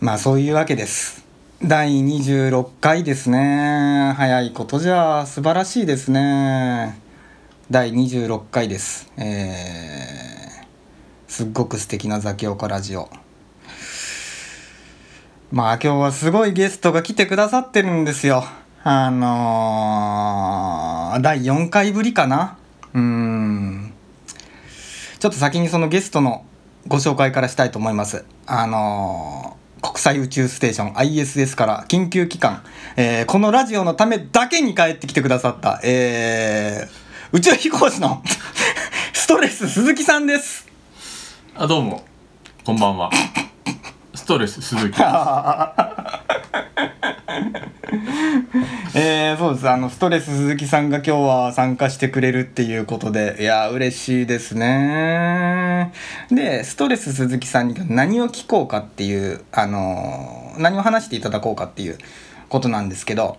まあそういうわけです。第26回ですね。早いことじゃ素晴らしいですね。第26回です。えー、すっごく素敵なザキオカラジオ。まあ今日はすごいゲストが来てくださってるんですよ。あのー、第4回ぶりかなうーん。ちょっと先にそのゲストのご紹介からしたいと思います。あのー国際宇宙ステーション ISS から緊急機関、えーこのラジオのためだけに帰ってきてくださった、えー宇宙飛行士の ストレス鈴木さんです。あどうもこんばんはストレス 鈴木えーそうです。あの、ストレス鈴木さんが今日は参加してくれるっていうことで、いやー、嬉しいですね。で、ストレス鈴木さんに何を聞こうかっていう、あのー何を話していただこうかっていうことなんですけど、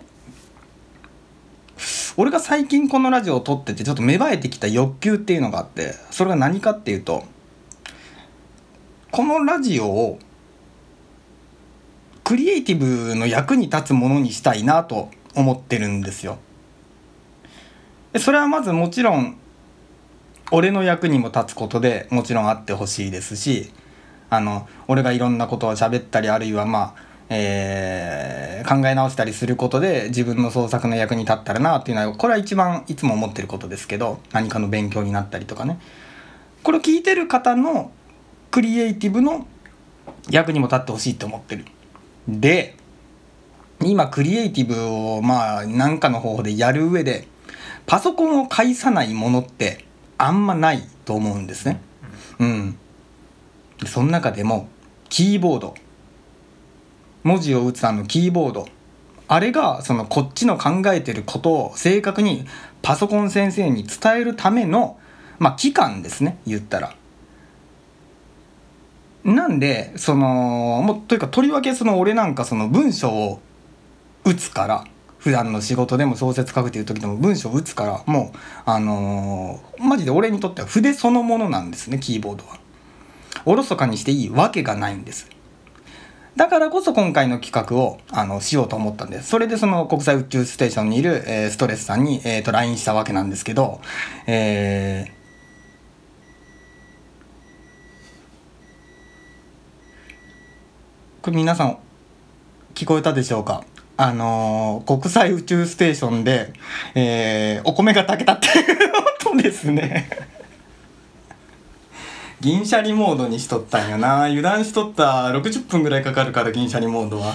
俺が最近このラジオを撮ってて、ちょっと芽生えてきた欲求っていうのがあって、それが何かっていうと、このラジオをクリエイティブの役に立つものにしたいなと思ってるんですよ。でそれはまずもちろん俺の役にも立つことでもちろんあってほしいですしあの俺がいろんなことを喋ったりあるいはまあえー考え直したりすることで自分の創作の役に立ったらなっていうのはこれは一番いつも思ってることですけど何かの勉強になったりとかねこれを聞いてる方のクリエイティブの役にも立ってほしいと思ってる。で今クリエイティブをまあ何かの方法でやる上でパソコンを介さないものってあんまないと思うんですね。うん。でその中でもキーボード文字を打つあのキーボードあれがそのこっちの考えてることを正確にパソコン先生に伝えるためのまあ機関ですね言ったら。なんでそのもうというかとりわけその俺なんかその文章を打つから普段の仕事でも小説書くという時でも文章を打つからもうあのーマジで俺にとっては筆そのものなんですねキーボードは。おろそかにしていいわけがないんです。だからこそ今回の企画をあのしようと思ったんです。それでその国際宇宙ステーションにいる、えーストレスさんに、えー、と LINE したわけなんですけど、えーこれ皆さん聞こえたでしょうかあのー国際宇宙ステーションで、えーお米が炊けたっていう音ですね。銀シャリモードにしとったんよな油断しとった60分ぐらいかかるから銀シャリモードは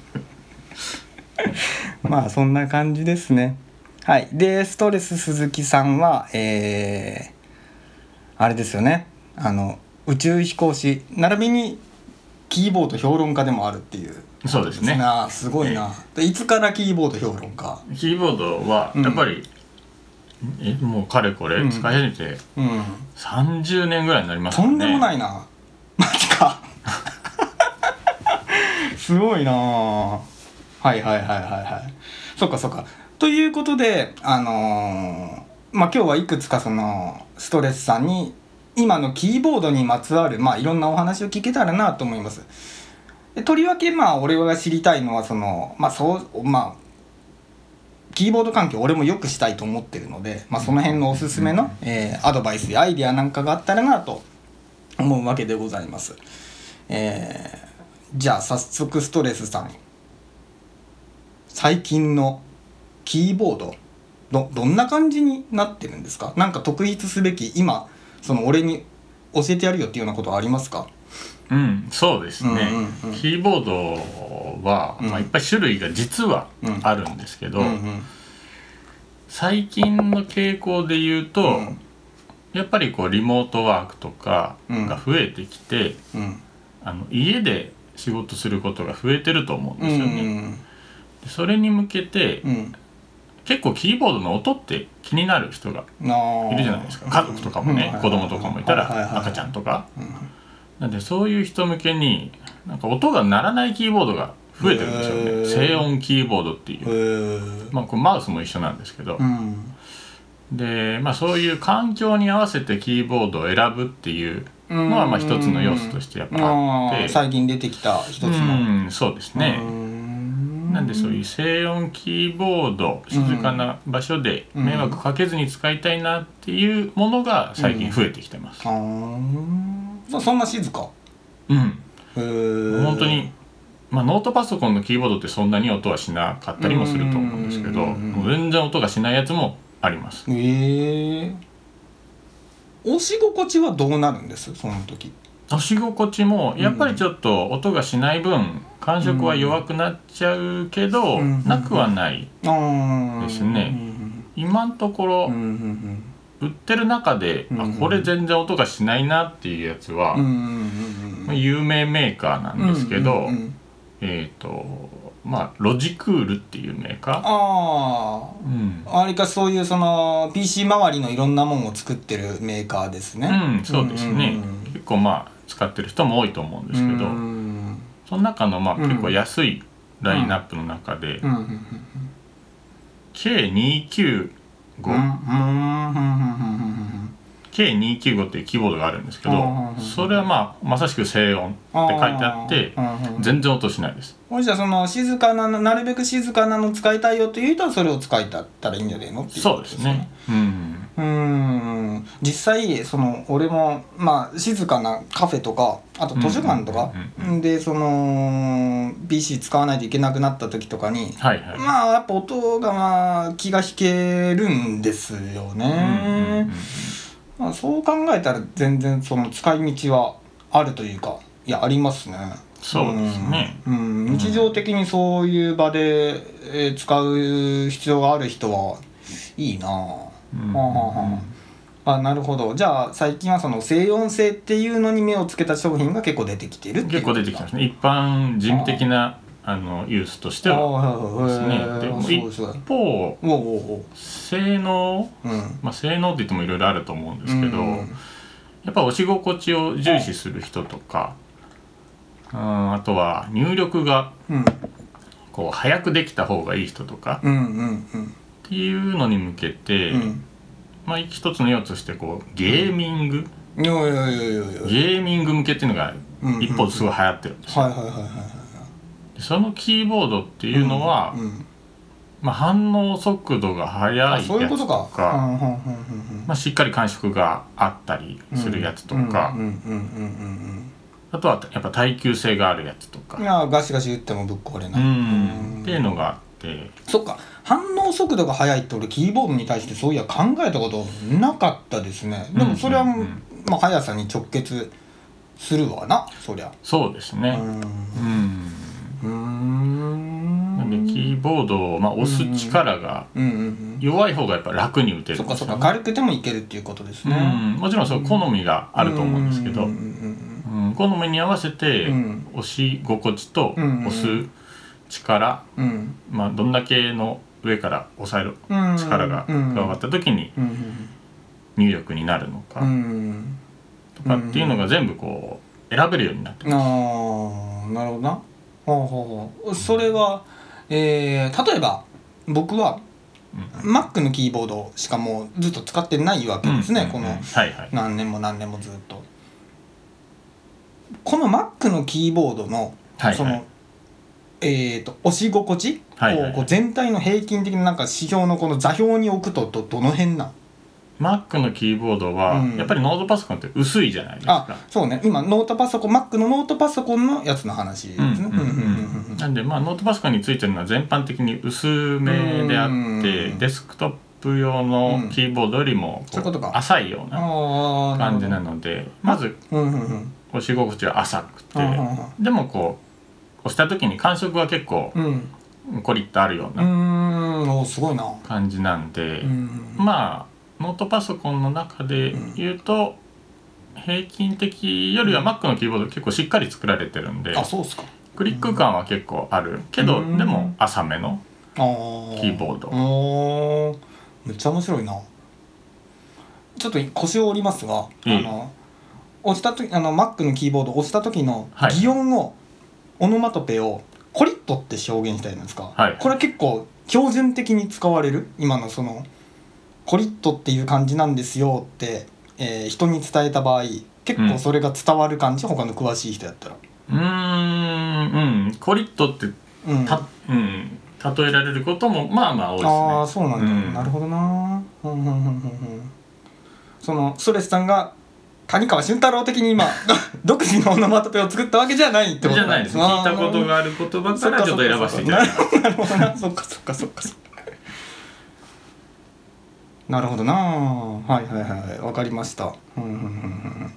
まあそんな感じですねはいでストレス鈴木さんはえー、あれですよねあの宇宙飛行士並びにキーボード評論家でもあるっていうそうですねなあすごいな、でいつからキーボード評論家キーボードはやっぱり、えもうかれこれ使い始めてうん30年ぐらいになりますとよねんでもないいな、マジ かすごいなはいはいはいはいはいそっかそっかということであのーまあ今日はいくつかそのストレスさんに今のキーボードにまつわるまあいろんなお話を聞けたらなと思いますでとりわけまあ俺が知りたいのはそのまあそうまあキーボード環境俺も良くしたいと思ってるので、まあ、その辺のおすすめの、えーアドバイスやアイディアなんかがあったらなと思うわけでございます、えーじゃあ早速ストレスさん最近のキーボードどどんな感じになってるんですかなんか特筆すべき今その俺に教えてやるよっていうようなことはありますかうんそうですね、うんうんうんキーボードは、うんまあ、いっぱい種類が実はあるんですけど、うんうん最近の傾向で言うと、うんやっぱりこうリモートワークとかが増えてきて、うんあの家で仕事することが増えてると思うんうですよね、んでそれに向けて、うん結構キーボードの音って気になる人があーいるじゃないですか家族とかもね、うん子供とかもいたら、はいはいはい赤ちゃんとかうんなんでそういう人向けになんか音が鳴らないキーボードが増えてるんですよね、へー静音キーボードっていへう、ーまあ、これマウスも一緒なんですけどう、んで、まあ、そういう環境に合わせてキーボードを選ぶっていうののはまあ一つの要素としてやっぱあって最近出てきた一つうの。んそうですねななんでそういう静音キーボード静かな場所で迷惑かけずに使いたいなっていうものが最近増えてきてますあ、ーそそんな静かうん、本本当に、まあ、ノートパソコンのキーボードってそんなに音はしなかったりもすると思うんですけどうんもう全然音がしないやつもありますええ押し心地はどうなるんですその時押し心地もやっぱりちょっと音がしない分感触は弱くなっちゃうけど、うんなくはないああですね今のとこうんうろん売ってる中で、うんあこれ全然音がしないなっていうやつは、うんうんうまんうあん有名メーカーなんですけど、うんうんうんえっ、とまあロジクールっていうメーカあー、うんああれかそういうその PC 周りのいろんなもんを作ってるメーカーですねうん、そうですね、結構まあ使ってる人も多いと思うんですけど、うんその中のまあうん結構安いラインナップの中で、うんうんうん K295、うんうんうんうんうん K295 っていうキーボードがあるんですけど、うんうんそれはまあまさしく静音って書いてあってうんうん全然音しないですもしじゃあその静かなのなるべく静かなの使いたいよという人はそれを使いたったらいいんじゃないのっていそうですねうんうーん実際その俺もまあ静かなカフェとかあと図書館とかうんでその PC 使わないといけなくなった時とかにはいはい、まあやっぱ音がまあ気が引けるんですうよんうんうんね、まあ、そう考えたら全然その使い道はあるというかいやありますねそうですねうん、うん日常的にそういう場で、えー使う必要がある人はいいなあ、うんはあはあはああなるほどじゃあ最近はその静音性っていうのに目をつけた商品が結構出てきてるっていう結構出てきてますね一般事務的なあのユースとしてあはあはいはいはいでへえもそうですね一方おうおうおう性能うんまあ性能って言ってもいろいろあると思うんですけど、うんやっぱ押し心地を重視する人とか、うん、あとは入力がうんこう早くできた方がいい人とかうんうんうんっていうのに向けて、うんまあ一つの要素としてこうゲーミング、いやいやいやいやいやゲーミング向けっていうのがうん一方すごい流行ってるんですよ、はいはいはいはいでそのキーボードっていうのは、うんうんまあ、反応速度が速いやあつそういうこととかかうんうんうんうんうんまあ、しっかり感触があったりするやつとか、うんうんうんうんうんあとはやっぱ耐久性があるやつとうんいか、やガシガシ打ってもぶっ壊れうない、ん、っていうのがあって。そっか反応速度が速いって俺キーボードに対してそういや考えたことなかったですねでもそれは、うんうんうんまあ、速さに直結するわなそりゃそうですうね。んうん。うんなんでキーボードをまあ押す力がうんうんうん弱い方がやっぱ楽に打てるそっんかでそすっよかね。軽くてもいけるっていうことですうね、ん、もちろんそう好みがあると思うんですけど、ううんうんんうん好みに合わせてうん押し心地とうんうん押す力、うんうんまあどんだけの上から押さえるうん力が加わった時にうんうん入力になるのうかんとかっていうのが全部こう選べるようになってあーなるほどなほうほうほうそれは、えー例えば僕はう Mac のキーボードしかもうずっと使ってないわけるんですね、うんこうんのはいはい。何年も何年もずっとこの Mac のキーボードのはいはいそのえーと押し心地はいはいはをいこう全体の平均的ななんか指標のこの座標に置くとどどの辺なん Mac のキーボードは、うんやっぱりノートパソコンって薄いじゃないですかあ。そうね今ノートパソコン Mac のノートパソコンのやつの話ですうんねうんうんうんうんなんでまあノートパソコンについてるのは全般的に薄めであってうんデスクトップ用のキーボードよりもそういうことか浅いようなあー感じなるのでまずほどうんうんうん押し心地は浅くてうんうんうんでもこう押した時に感触は結構うんコリッとあるよううなーんおすごいな感じなんでうんまあノートパソコンの中で言うと平均的よりは Mac のキーボード結構しっかり作られてるんであそうっすかクリック感は結構あるけどうんでも浅めの。あーキーボードおーめっちゃ面白いなちょっと腰を折りますが、うんあの押した時あの Mac のキーボードを押した時のはい擬音を、オノマトペをコリッとって表現したいんですか、はいこれ結構標準的に使われる今のそのコリッとっていう感じなんですよって、えー人に伝えた場合結構それが伝わる感じ、他の詳しい人やったら。うーんうんコリットってうん、た、うん、例えられることもまあまあ多いですねああそうなんだ、うんなるほどなうんうんうんうんうんそのストレスさんが谷川俊太郎的に今 独自のオノマトペを作ったわけじゃないってことじゃないです聞いたことがある言葉からちょっと選ばせていただきますたなるほどなそっかそっかそっかそっかなるほどなはいはいはいわかりましたうんうんうんうん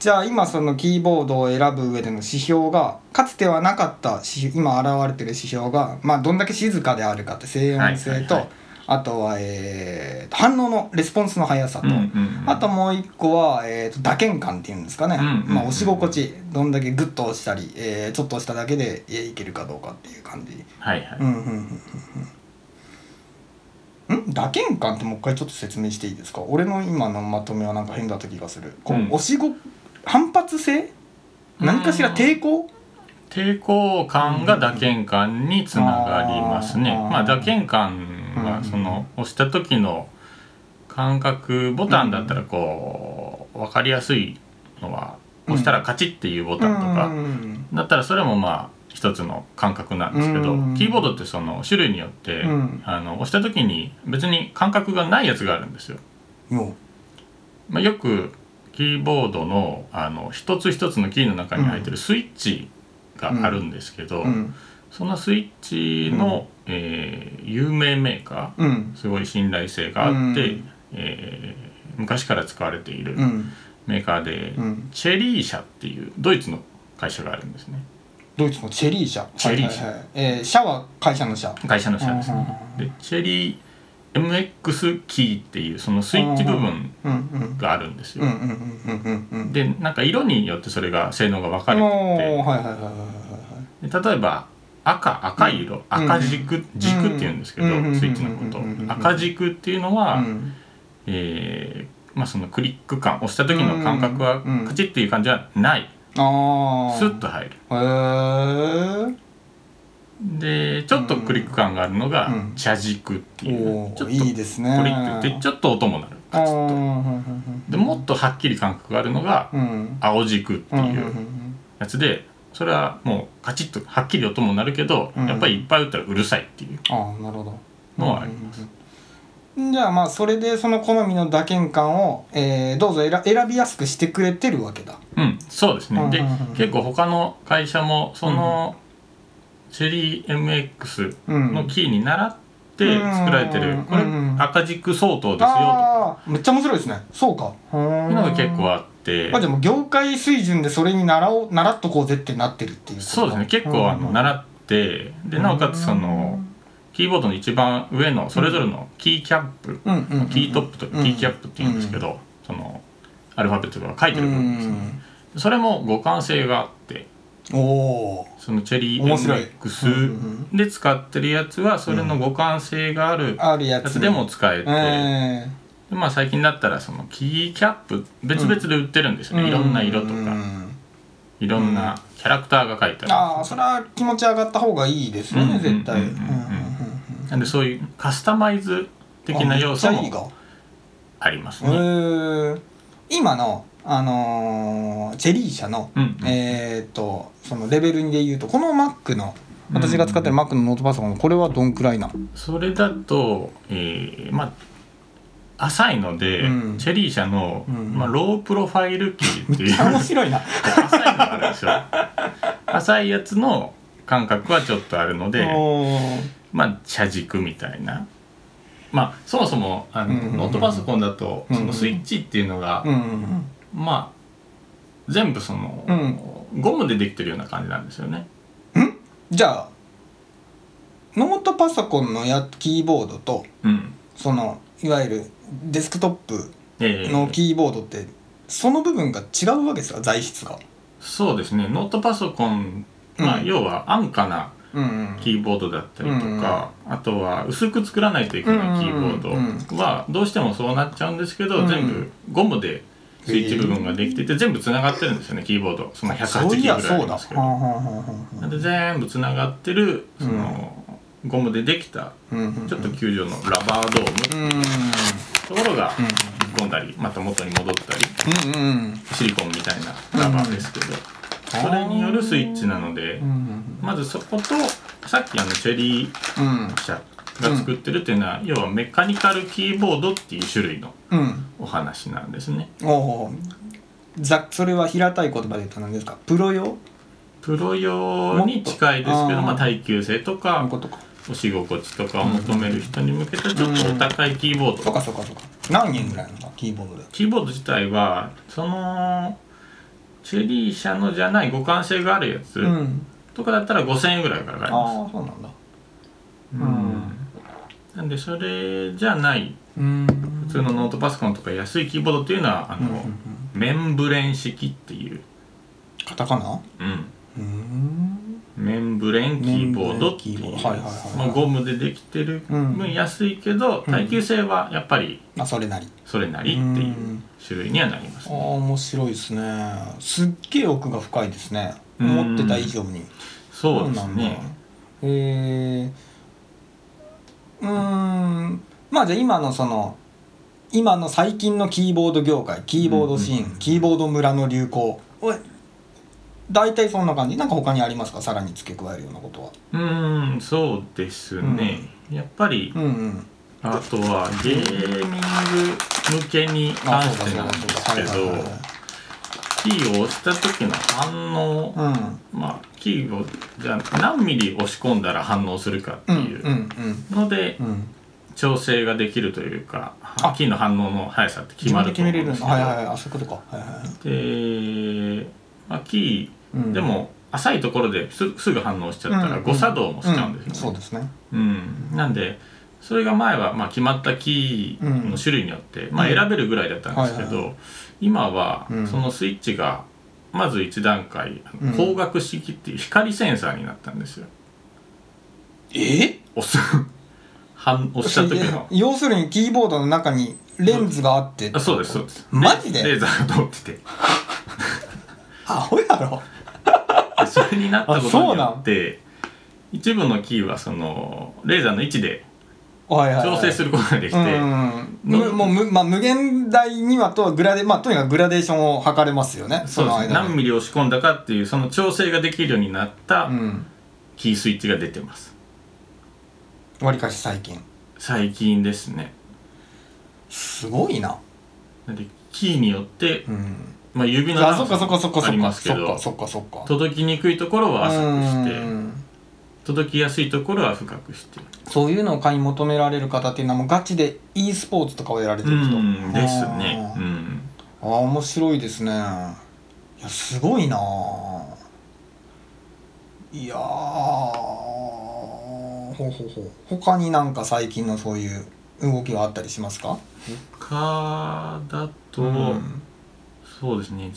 じゃあ今そのキーボードを選ぶ上での指標がかつてはなかった指標今現れてる指標が、まあ、どんだけ静かであるかって静音性と、はいはいはいあとは、えーと反応のレスポンスの速さと、うんうんうんあともう一個は、えー、と打鍵感っていうんですかね、うんうんうんまあ、押し心地どんだけグッと押したり、えーちょっと押しただけでえーいけるかどうかっていう感じはいはい、うんうんうんうんうんん打鍵感ってもう一回ちょっと説明していいですか俺の今のまとめはなんか変だった気がするこう、うん押しご反発性何かしら抵抗抵抗感が打鍵感につながりますね、うんまあ打鍵感はその押した時の感覚ボタンだったらこう分かりやすいのは押したらカチッっていうボタンとか、うんだったらそれもまあ一つの感覚なんですけど、うんキーボードってその種類によって、うんあの押した時に別に感覚がないやつがあるんですよ。よまあ、よくキーボードのあの一つ一つのキーの中に入ってるスイッチがあるんですけど、ううんそのスイッチの、えー有名メーカうんーすごい信頼性があって、うんえー昔から使われているうんメーカーで、うんチェリー社っていうドイツの会社があるんですねドイツのチェリー社チェリー社はいはいはいえー社は会社の社会社の社ですね。でチェリー MX キーっていうそのスイッチ部分うんうんがあるんですうんうよ。んうんうんうんうんでなんか色によってそれが性能が分かれておてーはいはいはいはいはいで例えば赤赤い色、赤軸軸って言うんですけど、うんスイッチのこと、うん赤軸っていうのは、はいうんえーまあ、そのクリック感押した時の感覚はうんカチッっていう感じはない、ああスッと入るへーでちょっとクリック感があるのが、うん茶軸っていう、おちょっーといいですねコリックってちょっと音も鳴るあカチッとーでもっとはっきり感覚があるのがうん青軸ってうんうんいうやつでそれはもうカチッとはっきり音も鳴るけど、うんやっぱりいっぱい打ったらうるさいっていうあーなるほどのはあります。じゃあまあそれでその好みの打鍵感を、えー、どうぞ選選びやすくしてくれてるわけだうん、そうですね。でうんうんうん、結構他の会社もそのチェリー MX うんのキーに習って作られてうるん、これうんうん赤軸相当ですよとかああめっちゃ面白いですねそうかういーうんのが結構あってまあ、じゃあもう業界水準でそれに習おう習っとこうぜってなってるっていうことだそうですね。結構あの習ってでなおかつそのキーボードの一番上のそれぞれのキーキャップ、うんうんうんうんキートップとキーキャップって言うんですけど、そのアルファベットが書いてる部分ですうねん。それも互換性があって。おおそのチェリ面白いー MX で使ってるやつはそれの互換性があるあるややつつねでも使えて、えでまあ、最近だったらそのキーキャップ別々で売ってるんですえよね、いろんな色とうかんいろんなキャラクターが書いてあああそれは気持ち上がった方がいいですよね、うん絶対うんうんうんうんうんるなんでそういうカスタマイズ的な要素あめっちゃいいもがありますへえね。今のあのーチェリー社の、うんうんえっ、とそのレベルで言うとこの Mac の私が使ってる Mac のノートパソコンこれはどんくらいなそれだと、えーまあ浅いので、うんチェリー社の、うんまあ、ロープロファイルキーっていう 面白いな浅いのがあるんですよ浅いやつの感覚はちょっとあるのでおまあ茶軸みたいなまあそもそもあの、うんうんうんノートパソコンだとうんうんそのスイッチっていうのが、ーうんまあ全部その、ゴムでできてるような感じなんですよね。じゃあノートパソコンのやキーボードとうん、そのいわゆるデスクトップえーのキーボードってその部分が違うわけですか材質が。そうですねノートパソコン、まあ、うん要は安価なうんキーボードだったりとか、あとは薄く作らないといけないキーボうんードはどうしてもそうなっちゃうんですけど、うん全部ゴムでスイッチ部分ができてて全部つながってるんですよねキーボードその108そういキやーぐらいありそうだ。まはすけあはどあはあなはんで全部つながってるその、ゴムでできたあうんうんちょっと球場のラバードームうんところが引っ込んだりまた元に戻ったりうんうんシリコンみたいなラバーですけど、それによるスイッチなので、うんまずそことさっきあのチェリーうん社が作ってるっていうのは、要はメカニカルキーボードっていう種類のうんお話なんですね。おおざそれは平たい言葉で言ったら何ですかプロ用プロ用に近いですけもっとあどーまあ、耐久性とあかことか押し心地とかを求める人に向けてちょっとお高いキーボード、そうかそうかそうか何円ぐらいなのかキーボードでキーボード自体はそのチェリー社のじゃない互換性があるやつうんとかだったら5000円ぐらいから買えます。ああそうなんだうんうんなんでそれじゃないうん普通のノートパソコンとか安いキーボードっていうのはあうんうんうの、んメンブレン式っていう、カタカナうん、うんメンブレンキーボードっていメンブレンうキーボードはいはいはいはいまあゴムでできてるうん分安いけどうん耐久性はやっぱりまあそれなりそれなりっていううん種類にはなりますああ面白いですねすっげえ奥が深いですね思ってた以上にそうですねそうなんだへえうーんまあじゃあ今のその今の最近のキーボード業界キーボードシーン、うんうんキーボード村の流行おい大体そんな感じなんか他にありますかさらに付け加えるようなことはうーんそうですねやっぱりうんうんあとはゲーミング向けに関してなんですけどそうだそうだキーを押した時の反応そうだうんまあキーをじゃあ何ミリ押し込んだら反応するかってうんいううんうんのでうん調整ができるというかあキーの反応の速さって決自ま分でる決と思めうんれでるすけのどはいはいはいあそういうことかはいで、まはいあ、キはい、うんーでも浅いところですすぐ反応しちゃったらうん誤作動もしちゃうんですそようねで。すねうんなんでそれが前はまあ決まったキーの種類によってまあうん選べるぐらいだったんですけはいはいど今はうんそのスイッチがまず1段階あのうん光学式っていう光センサーになったんですよ。え押す 反押した時の要するにキーボードの中にレンズがあってあそうですそうですマジでレーザーが通っててアホやろでそれになったことあそうになんよって一部のキーはそのレーザーの位置ではいはいはい調整することができて、うんのむもうむ、まあ、無限大にはとはグラデ、まあ、とにかくグラデーションを測れますよねそうですねの間何ミリ押し込んだかっていうその調整ができるようになったうんキースイッチが出てますわりかし最近最近ですねすごいななんでキーによって、うんまあ、指のあそ長っかそっかそさっもかあそりっかますけそっどかそっかそっか届きにくいところは浅くしてうん届きやすいところは深くしてそういうのを買い求められる方っていうのはもうガチで e スポーツとかをやられてうる人んですねあうーんあー面白いですねいやすごいなあいやーほうほうほう他になんか最近のそういう動きはあったりしますか他だと、うんそうですね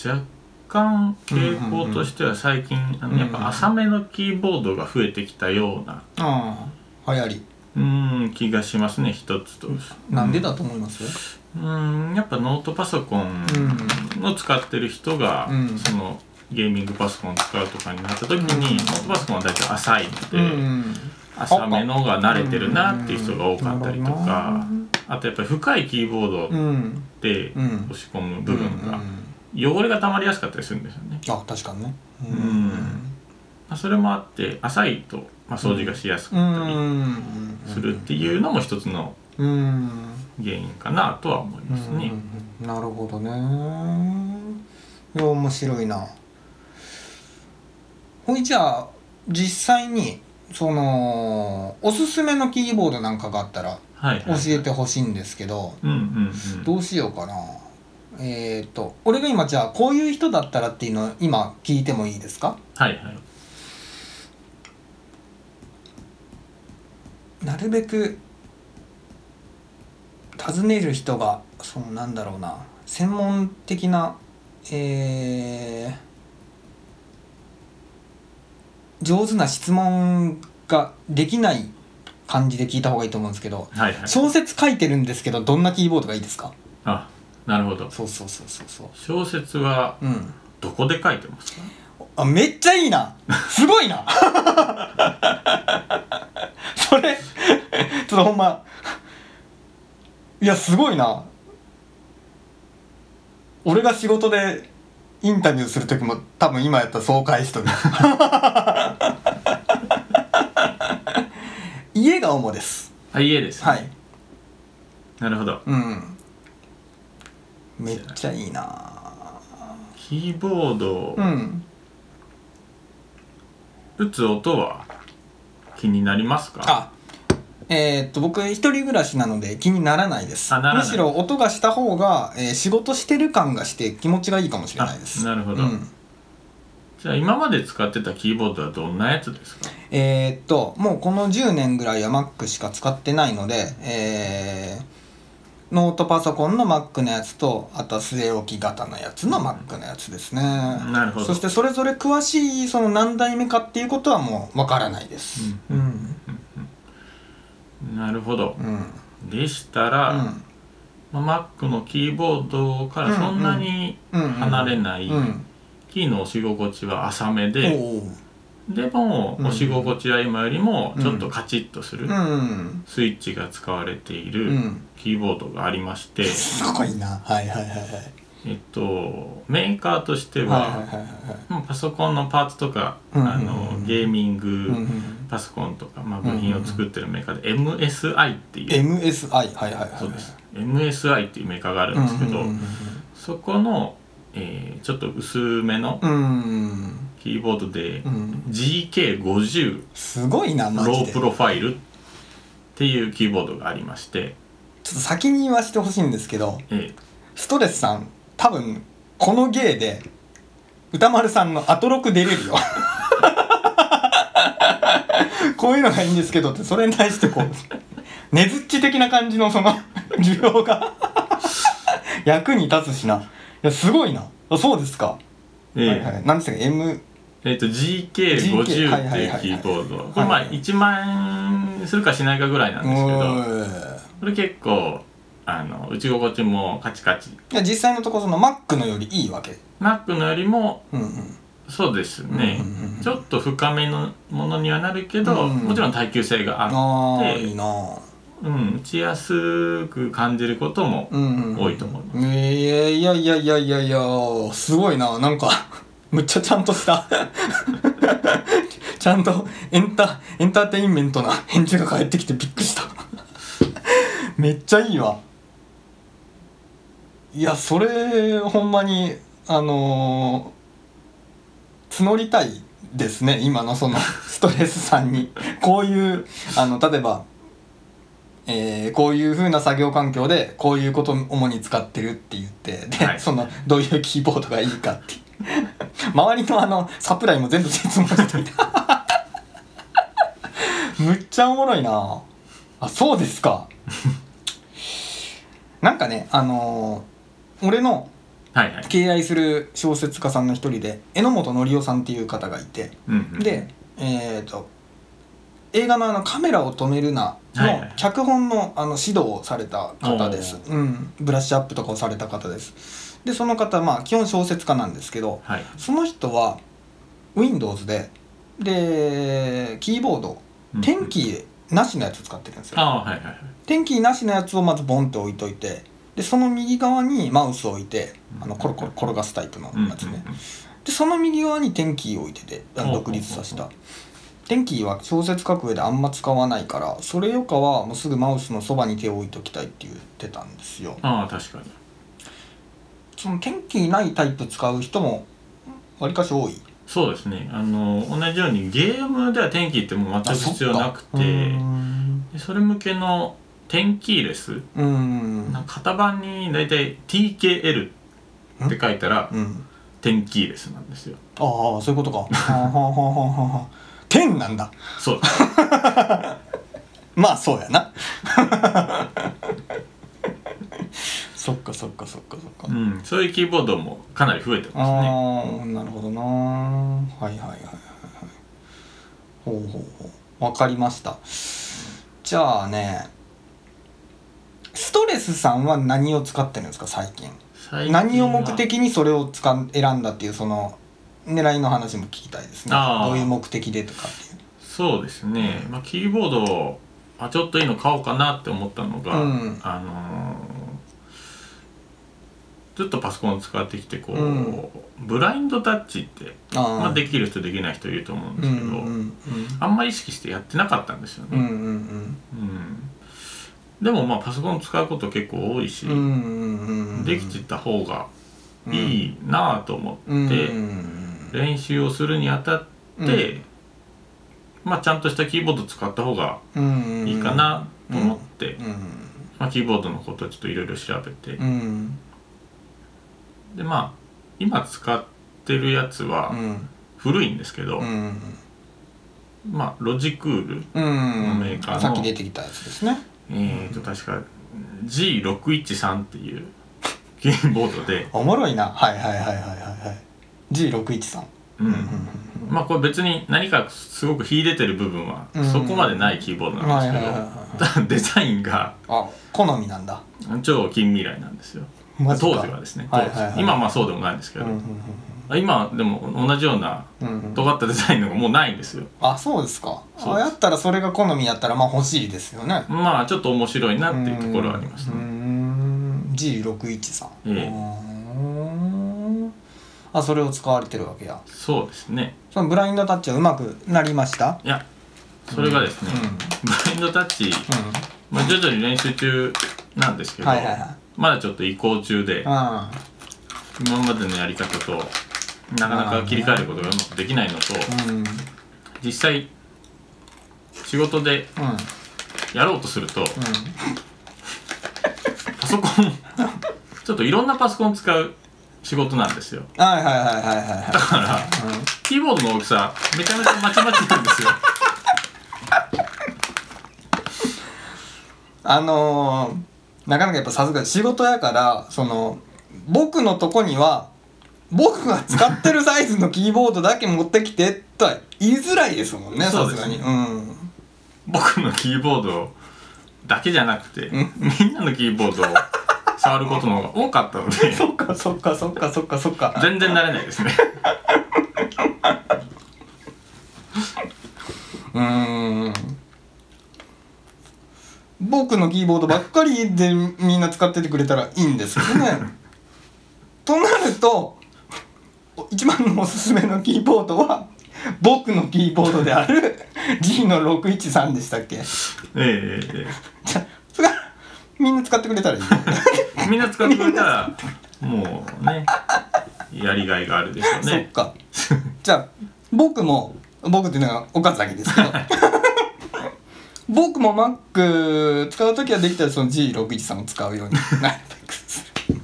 若干傾向としては最近、あのやっぱ浅めのキーボードが増えてきたようなああ流行りうん気がしますね一つとしてなんでだと思いますうんやっぱノートパソコンを使ってる人が、うんそのゲーミングパソコンを使うとかになった時に、うんノートパソコンは大体浅いので、うん浅めのが慣れてるなっていう人が多かったりとか、あとやっぱり深いキーボーうドんでうんうん押し込む部分うがんうん汚れが溜まりやすかったりするんですよね。あ確かにねうんまあ、それもあって浅いと、まあ、掃除がしやすうかったんりするっていうのも一つのうん原因かなとは思いますね。うんなるほどねいや面白いなほいじゃあ実際にそのおすすめのキーボードなんかがあったらはい、はい、教えてほしいんですけどうんうんうんどうしようかなえっ、と俺が今じゃあこういう人だったらっていうのを今聞いてもいいですかはいはいなるべく尋ねる人がそのなんだろうな専門的な、えー上手な質問ができない感じで聞いた方がいいと思うんですけどはいはい小説書いてるんですけどどんなキーボードがいいですかあなるほどそうそうそうそうそう小説はうんどこで書いてますかあめっちゃいいなすごいな それちょっとほんまいやすごいな俺が仕事でインタビューする時も多分今やったらそう返しとる家が主ですあ家です、はいなるほどうんめっちゃいいなキーボードをうん打つ音は気になりますかあえーっと僕一人暮らしなので気にならないですあならないむしろ音がした方が、えー仕事してる感がして気持ちがいいかもしれないですなるほるど、じゃあ今まで使ってたキーボードはどんなやつですかえーっともうこの10年ぐらいは Mac しか使ってないので、えーノートパソコンの Mac のやつとあとは据え置き型のやつの Mac のやつですね、なるほどそしてそれぞれ詳しいその何代目かっていうことはもうわからないですううんなるほどうんうんでしたら、まあ Mac のキーボードからそんなにうん離れない、うんキーの押し心地は浅めおで、ーでもうん押し心地は今よりもちょっとカチッとする、うんスイッチが使われていうるんキーボードがありま して、すごいなはいはいはいはいえっとメーカーとしてはいは、はいはいはいまあパソコンのパーツとか、うんあうんうんのゲーミング、うんうんパソコンとか、まあ、うんうん部品を作ってるメーカーで MSI っていう、 MSI はいはいはいはいそうです MSI っていうメーカーがあるんですけど、うんうんそこの、えーちょっと薄めのうんうんキーボードで、うんうん GK50 すごいなマジロでープロファイルっていうキーボードがありまして、ちょっと先に言わせてほしいんですけどえーストレスさん多分この芸で歌丸さんのアトロク出れるよ こういうのがいいんですけどってそれに対してこうねずっち的な感じのその需要が役に立つしないやすごいなあそうですか、えはーいはい、何でしたっけ M えーと GK50 っていうキ GK はいはいはいはいーボードこれまあ1万円するかしないかぐらいなんですけどこれ結構あの打ち心地もカチカチいや実際のところその Mac のよりいいわけ、 Mac のよりもうんうん、そうですねうんうんうんちょっと深めのものにはなるけどうんもちろん耐久性があああでいいなある、うん、打ちやすく感じることもうんうん多いと思いますいやいやいやいやいやいやすごいななんか むっちゃちゃんとした ちゃんとエンタエンターテインメントな返事が返ってきてびっくりしためっちゃいいわいやそれほんまにあのー募りたいですね今のそ のストレスさんにこういうあの例えばえーこういう風な作業環境でこういうことを主に使ってるって言ってで、はいそのどういうキーボードがいいかっていう周りのあのサプライも全部質問して いたむっちゃおもろいなあそうですかなんかねあのー俺のはいはい、敬愛する小説家さんの一人で榎本紀夫さんっていう方がいてうんうん、でえっ、と映画のあの「カメラを止めるな」はいはのい脚本のあの指導をされた方です、おうん、ブラッシュアップとかをされた方ですでその方まあ基本小説家なんですけどはいその人は Windows ででキーボード天気なしのやつ使ってるんですよああーはいはいはい天気なしのやつをまずボンって置いといてでその右側にマウスを置いてあのコロコロ転がすタイプのやつね、でその右側にテンキーを置いててあほうほうほう独立させたテンキーは小説書く上であんま使わないからそれよかはもうすぐマウスのそばに手を置いときたいって言ってたんですよああ確かにそのテンキーないタイプ使う人もわりかし多いそうですねあの同じようにゲームでは天気ってもう全く必要なくあそっかうてーんでそれ向けの天気レスうーんなんか型番に大体 TKL って書いたらうん天気レスなんですよああそういうことかはあはあはあはあはあ天なんだ そうまあそうやな そっかそっかそっかそっかうん、そういうキーボードもかなり増えてますねああなるほどなはいはいはいはいはいほうほうほうわかりましたじゃあねストレスさんは何を使ってるんですか最近最近は何を目的にそれを使ん選んだっていうその狙いの話も聞きたいですねあーどういう目的でとかっていうそうですね、まあ、キーボードをあちょっといいの買おうかなって思ったのが、うんあのーずっとパソコンを使ってきてこう、うんブラインドタッチって、あーまあ、できる人できない人いると思うんでうすんけど、うんあんまり意識してやってなかったんですようんうんね、うんでもまあパソコン使うこと結構多いし、うんうんうんできてた方がいいなぁと思って、うんうん練習をするにあたって、まあちゃんとしたキーボード使った方がうんいいかなと思って、うんまあ、キーボードのことをちょっといろいろ調べて、うんでまあ今使ってるやつはうん古いんですけど、うんまあロジクールうんメーカーのさっき出てきたやつですねえー、と確か G613 っていうキーボードで、おもろいなはいはいはいはいはいはい G613 ううんんまあこれ別に何かすごく秀でてる部分はうんそこまでないキーボードなんですけど、はいはいはいはいただデザインがあ好みなんだ超近未来なんですよマ当ジか時はですね当はい時、はいはい今はまあそうでもないんですけうど、んうんあ今はでも同じようなうんうん尖ったデザインのがもうないんですよあそうですかそうあですやったらそれが好みやったらまあ欲しいですよねまあちょっと面白いなっていうところはありますうーねん G613 ええうーんあそれを使われてるわけやそうですねそのブラインドタッチはうまくなりましたいやそれがですね、うんブラインドタッチ、うまあ、徐々に練習中なんですけんど、はいはいはまだちょっと移行中でい今までのやり方となかなか切り替えることがうまくできないのとうんうん実際仕事でうんやろうとするとパソコンちょっといろんなパソコン使う仕事なんですよはいはいはいはいはいだはからキーボードの大きさめちゃめちゃまちまちなんですよ いあのーなかなかやっぱさすが仕事やからその僕のとこには僕が使ってるサイズのキーボードだけ持ってきてとは言いづらいですもんねそさうですすがねにうん僕のキーボードだけじゃなくてみんなのキーボードを触ることの方が多かったの でそっかそっかそっかそっかそっか全然慣れないですね うーん僕のキーボードばっかりでみんな使っててくれたらいいんですけどねとなるとお一番のおすすめのキーボードは僕のキーボードである G の613でしたっけえええええじゃあそれはみんな使ってくれたらいいえみんな使ってくれたらもうねやりがいがあるでしょうそっねかじゃあ僕も僕っていうのはおかずだ けですけど僕も Mac 使う時はできたらその G613 を使うように なるべくする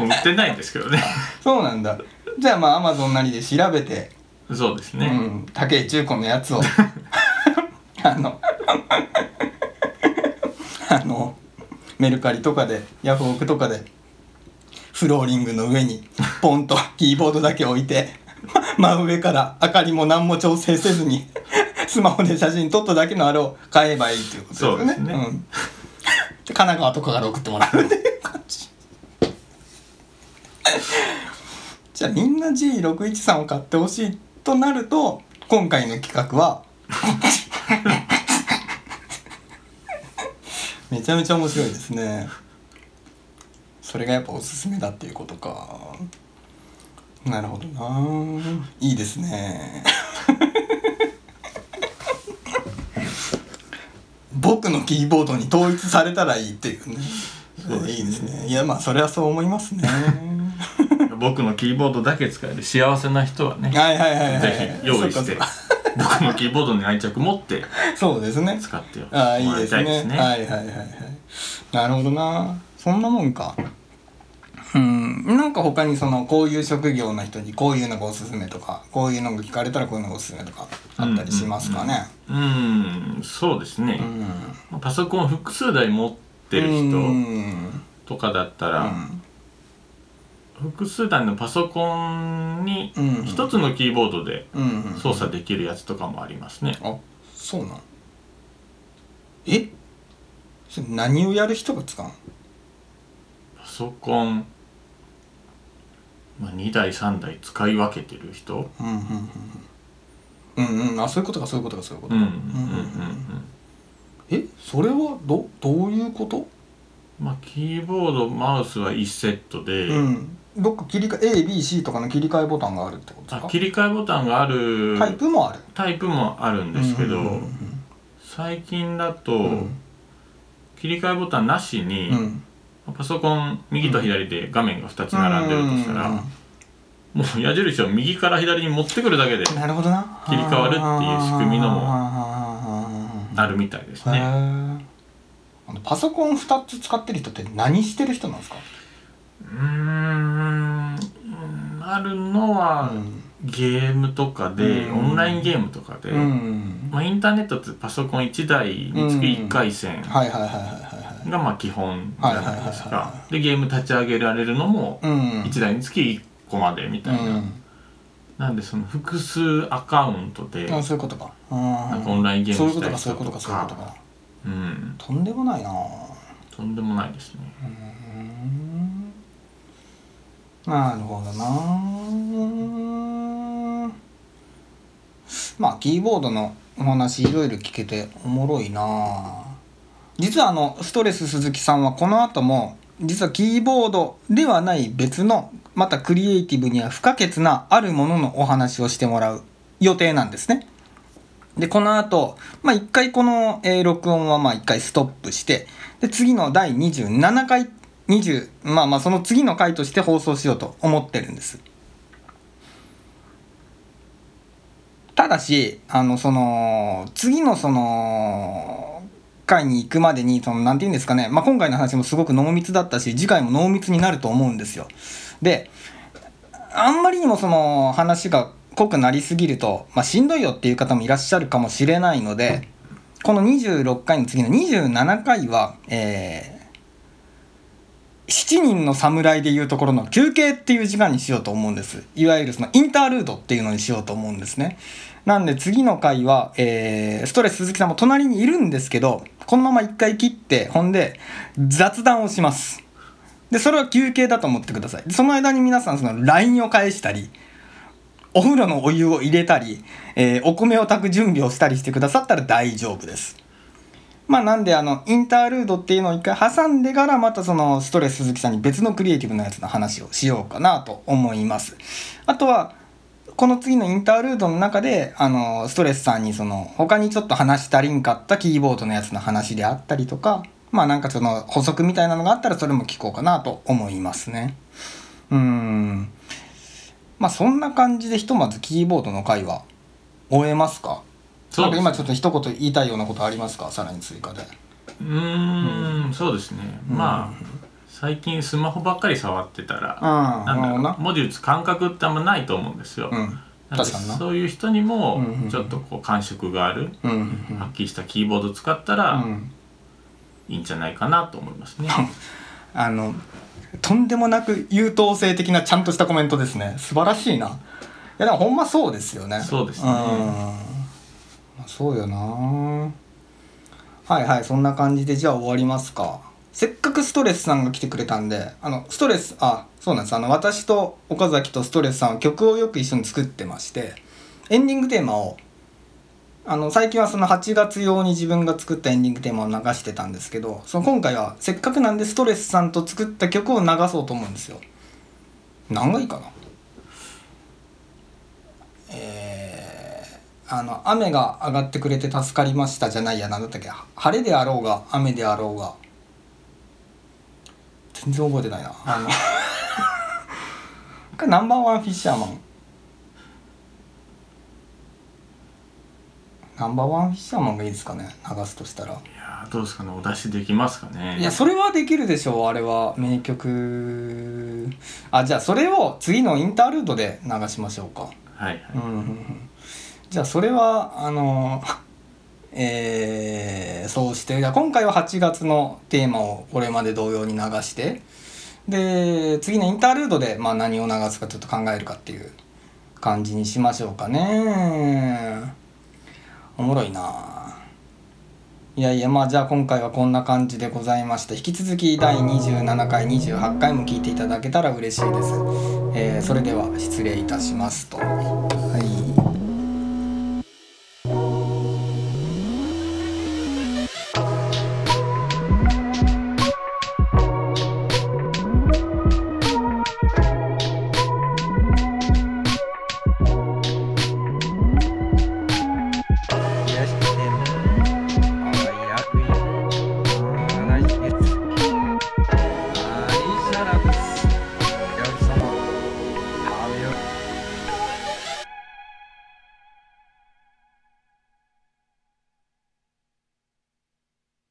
もう売ってないんですけどねそうなんだじゃあまあ Amazon なりで調べて、そうですうね、ん、高い中古のや つをあのあのメルカリとかでヤフオクとかでフローリングの上にポンと キーボードだけ置いて 真上から明かりも何も調整せずに スマホで写真撮っただけのあれを買えばいいということですよね。そうですねん、で神奈川とかから送って もらうっていう感じ。じゃあみんな G613 を買ってほしいとなると今回の企画はめちゃめちゃ面白いですね。それがやっぱおすすめだっていうことかなるほどないいですね僕のキーボードに統一されたらいいっていうねそうですねいいですねいやまあそれはそう思います ね僕のキーボードだけ使える幸せな人はねはいはいはいはいぜひ用意してそうか僕のキーボードに愛着持ってそうそうですね使ってもあらあいいでいすたねいですね。はいはいはいはいなるほどなそんなもんかうんなんか他にそのこういう職業の人にこういうのがおすすめとかこういうのが聞かれたらこういうのがおすすめとかあったりしますかねうんそうですねう、んパソコン複数台持ってるう人んとかだったら、複数台のパソコンにうん一つのキーボードでうんうん操作できるやつとかもありますね。あそうなんえそれ何をやる人が使うんパソコン、まあ、2台3台使い分けてる人うんうんうんうんうんうんあそういうことかそういうことかそういうこうとんか、うんうんうんえそれはどどういうことまあ、キーボードマウスは1セットで、うんどっか切り替え ABC とかの切り替えボタンがあるってことですあか切り替えボタンがあるタイプもあるタイプもあるんですけど、うんうん最近だと、うんうん切り替えボタンなしに、うんパソコン右と左で画面が2つ並んでるとしたら、うんもう矢印を右から左に持ってくるだけでなるほどな切り替わるっていう仕組みのももあるみたいですへね。ーあのパソコン2つ使ってる人って何してる人なんですか、うーんうんあるのは、うんゲームとかで、うんオンラインゲームとかで、うんまあ、インターネットってパソコン1台につき1回線がはいはいはいはいはいはいまあ基本じゃないですはいはいはいか。でゲーム立ち上げられるのもうん1台につき1個までみたいな。なんでその複数アカウントでうんあそういうことかなんかオオンラインゲーそうムいうこしとたりとかそういうかことかそういうことかうんとんでもないなとんでもないですね。うんなるほどなまあキーボードのお話いろいろ聞けておもろいな実はあのストレス鈴木さんはこの後も実はキーボードではない別のまたクリエイティブには不可欠なあるもののお話をしてもらう予定なんですね。でこの後、まあ一回この、えー録音はまあ一回ストップしてで次の第27回20まあまあその次の回として放送しようと思ってるんです。ただしあのその次のその回に行くまでにそのなんて言うんですかね、まあ、今回の話もすごく濃密だったし次回も濃密になると思うんですよ。であんまりにもその話が濃くなりすぎると、まあ、しんどいよっていう方もいらっしゃるかもしれないのでこの26回の次の27回は、えー7人の侍でいうところの休憩っていう時間にしようと思うんですいわゆるそのインタールードっていうのにしようと思うんですねなんで次の回は、えーストレス鈴木さんも隣にいるんですけどこのまま一回切ってほんで雑談をしますでそれは休憩だと思ってくださいでその間に皆さんその LINE を返したりお風呂のお湯を入れたり、えーお米を炊く準備をしたりしてくださったら大丈夫ですまあなんであのインタールードっていうのを一回挟んでからまたそのストレス鈴木さんに別のクリエイティブなやつの話をしようかなと思いますあとはこの次のインタールードの中であのストレスさんにその他にちょっと話足りんかったキーボードのやつの話であったりとかまあなんかその補足みたいなのがあったらそれも聞こうかなと思いますねうーんまあそんな感じでひとまずキーボードの回は終えますかそうなんですか今ちょっと一言言いたいようなことありますかさらに追加でうーんそうですね。うんまあ最近スマホばっかり触ってたら。あなんだろう文字打つ感覚ってあんまないと思うんですよ。うんなんで確かになそういう人にもうんうんうんちょっとこう感触がある、うんうんはっきりしたキーボード使ったうらんいいんじゃないかなと思います ね。あのとんでもなく優等生的なちゃんとしたコメントですね素晴らしいないやでもほんまそうですよねそうですねんまあそうよなはいはいそんな感じでじゃあ終わりますかせっかくストレスさんが来てくれたんであのストレスあそうなんですあの私と岡崎とストレスさんは曲をよく一緒に作ってましてエンディングテーマをあの最近はその8月用に自分が作ったエンディングテーマを流してたんですけどその今回はせっかくなんでストレスさんと作った曲を流そうと思うんですよ何がいいかなえーあの「雨が上がってくれて助かりました」じゃないや何だったっけ晴れであろうが雨であろうが全然覚えてないなあのこれナンバーワンフィッシャーマンナンバーワンフィッシャーマンがいいですかね流すとしたらいやーどうですかねお出しできますかね。いやそれはできるでしょうあれは名曲あじゃあそれを次のインタールードで流しましょうかはいはい、うんうんうんじゃあそれはあの えーそうしてじゃあ今回は8月のテーマをこれまで同様に流してで次のインタールードで、まあ、何を流すかちょっと考えるかっていう感じにしましょうかねおもろいないやいやまあじゃあ今回はこんな感じでございました引き続き第27回28回も聞いていただけたら嬉しいです、えーそれでは失礼いたしますとはい「ら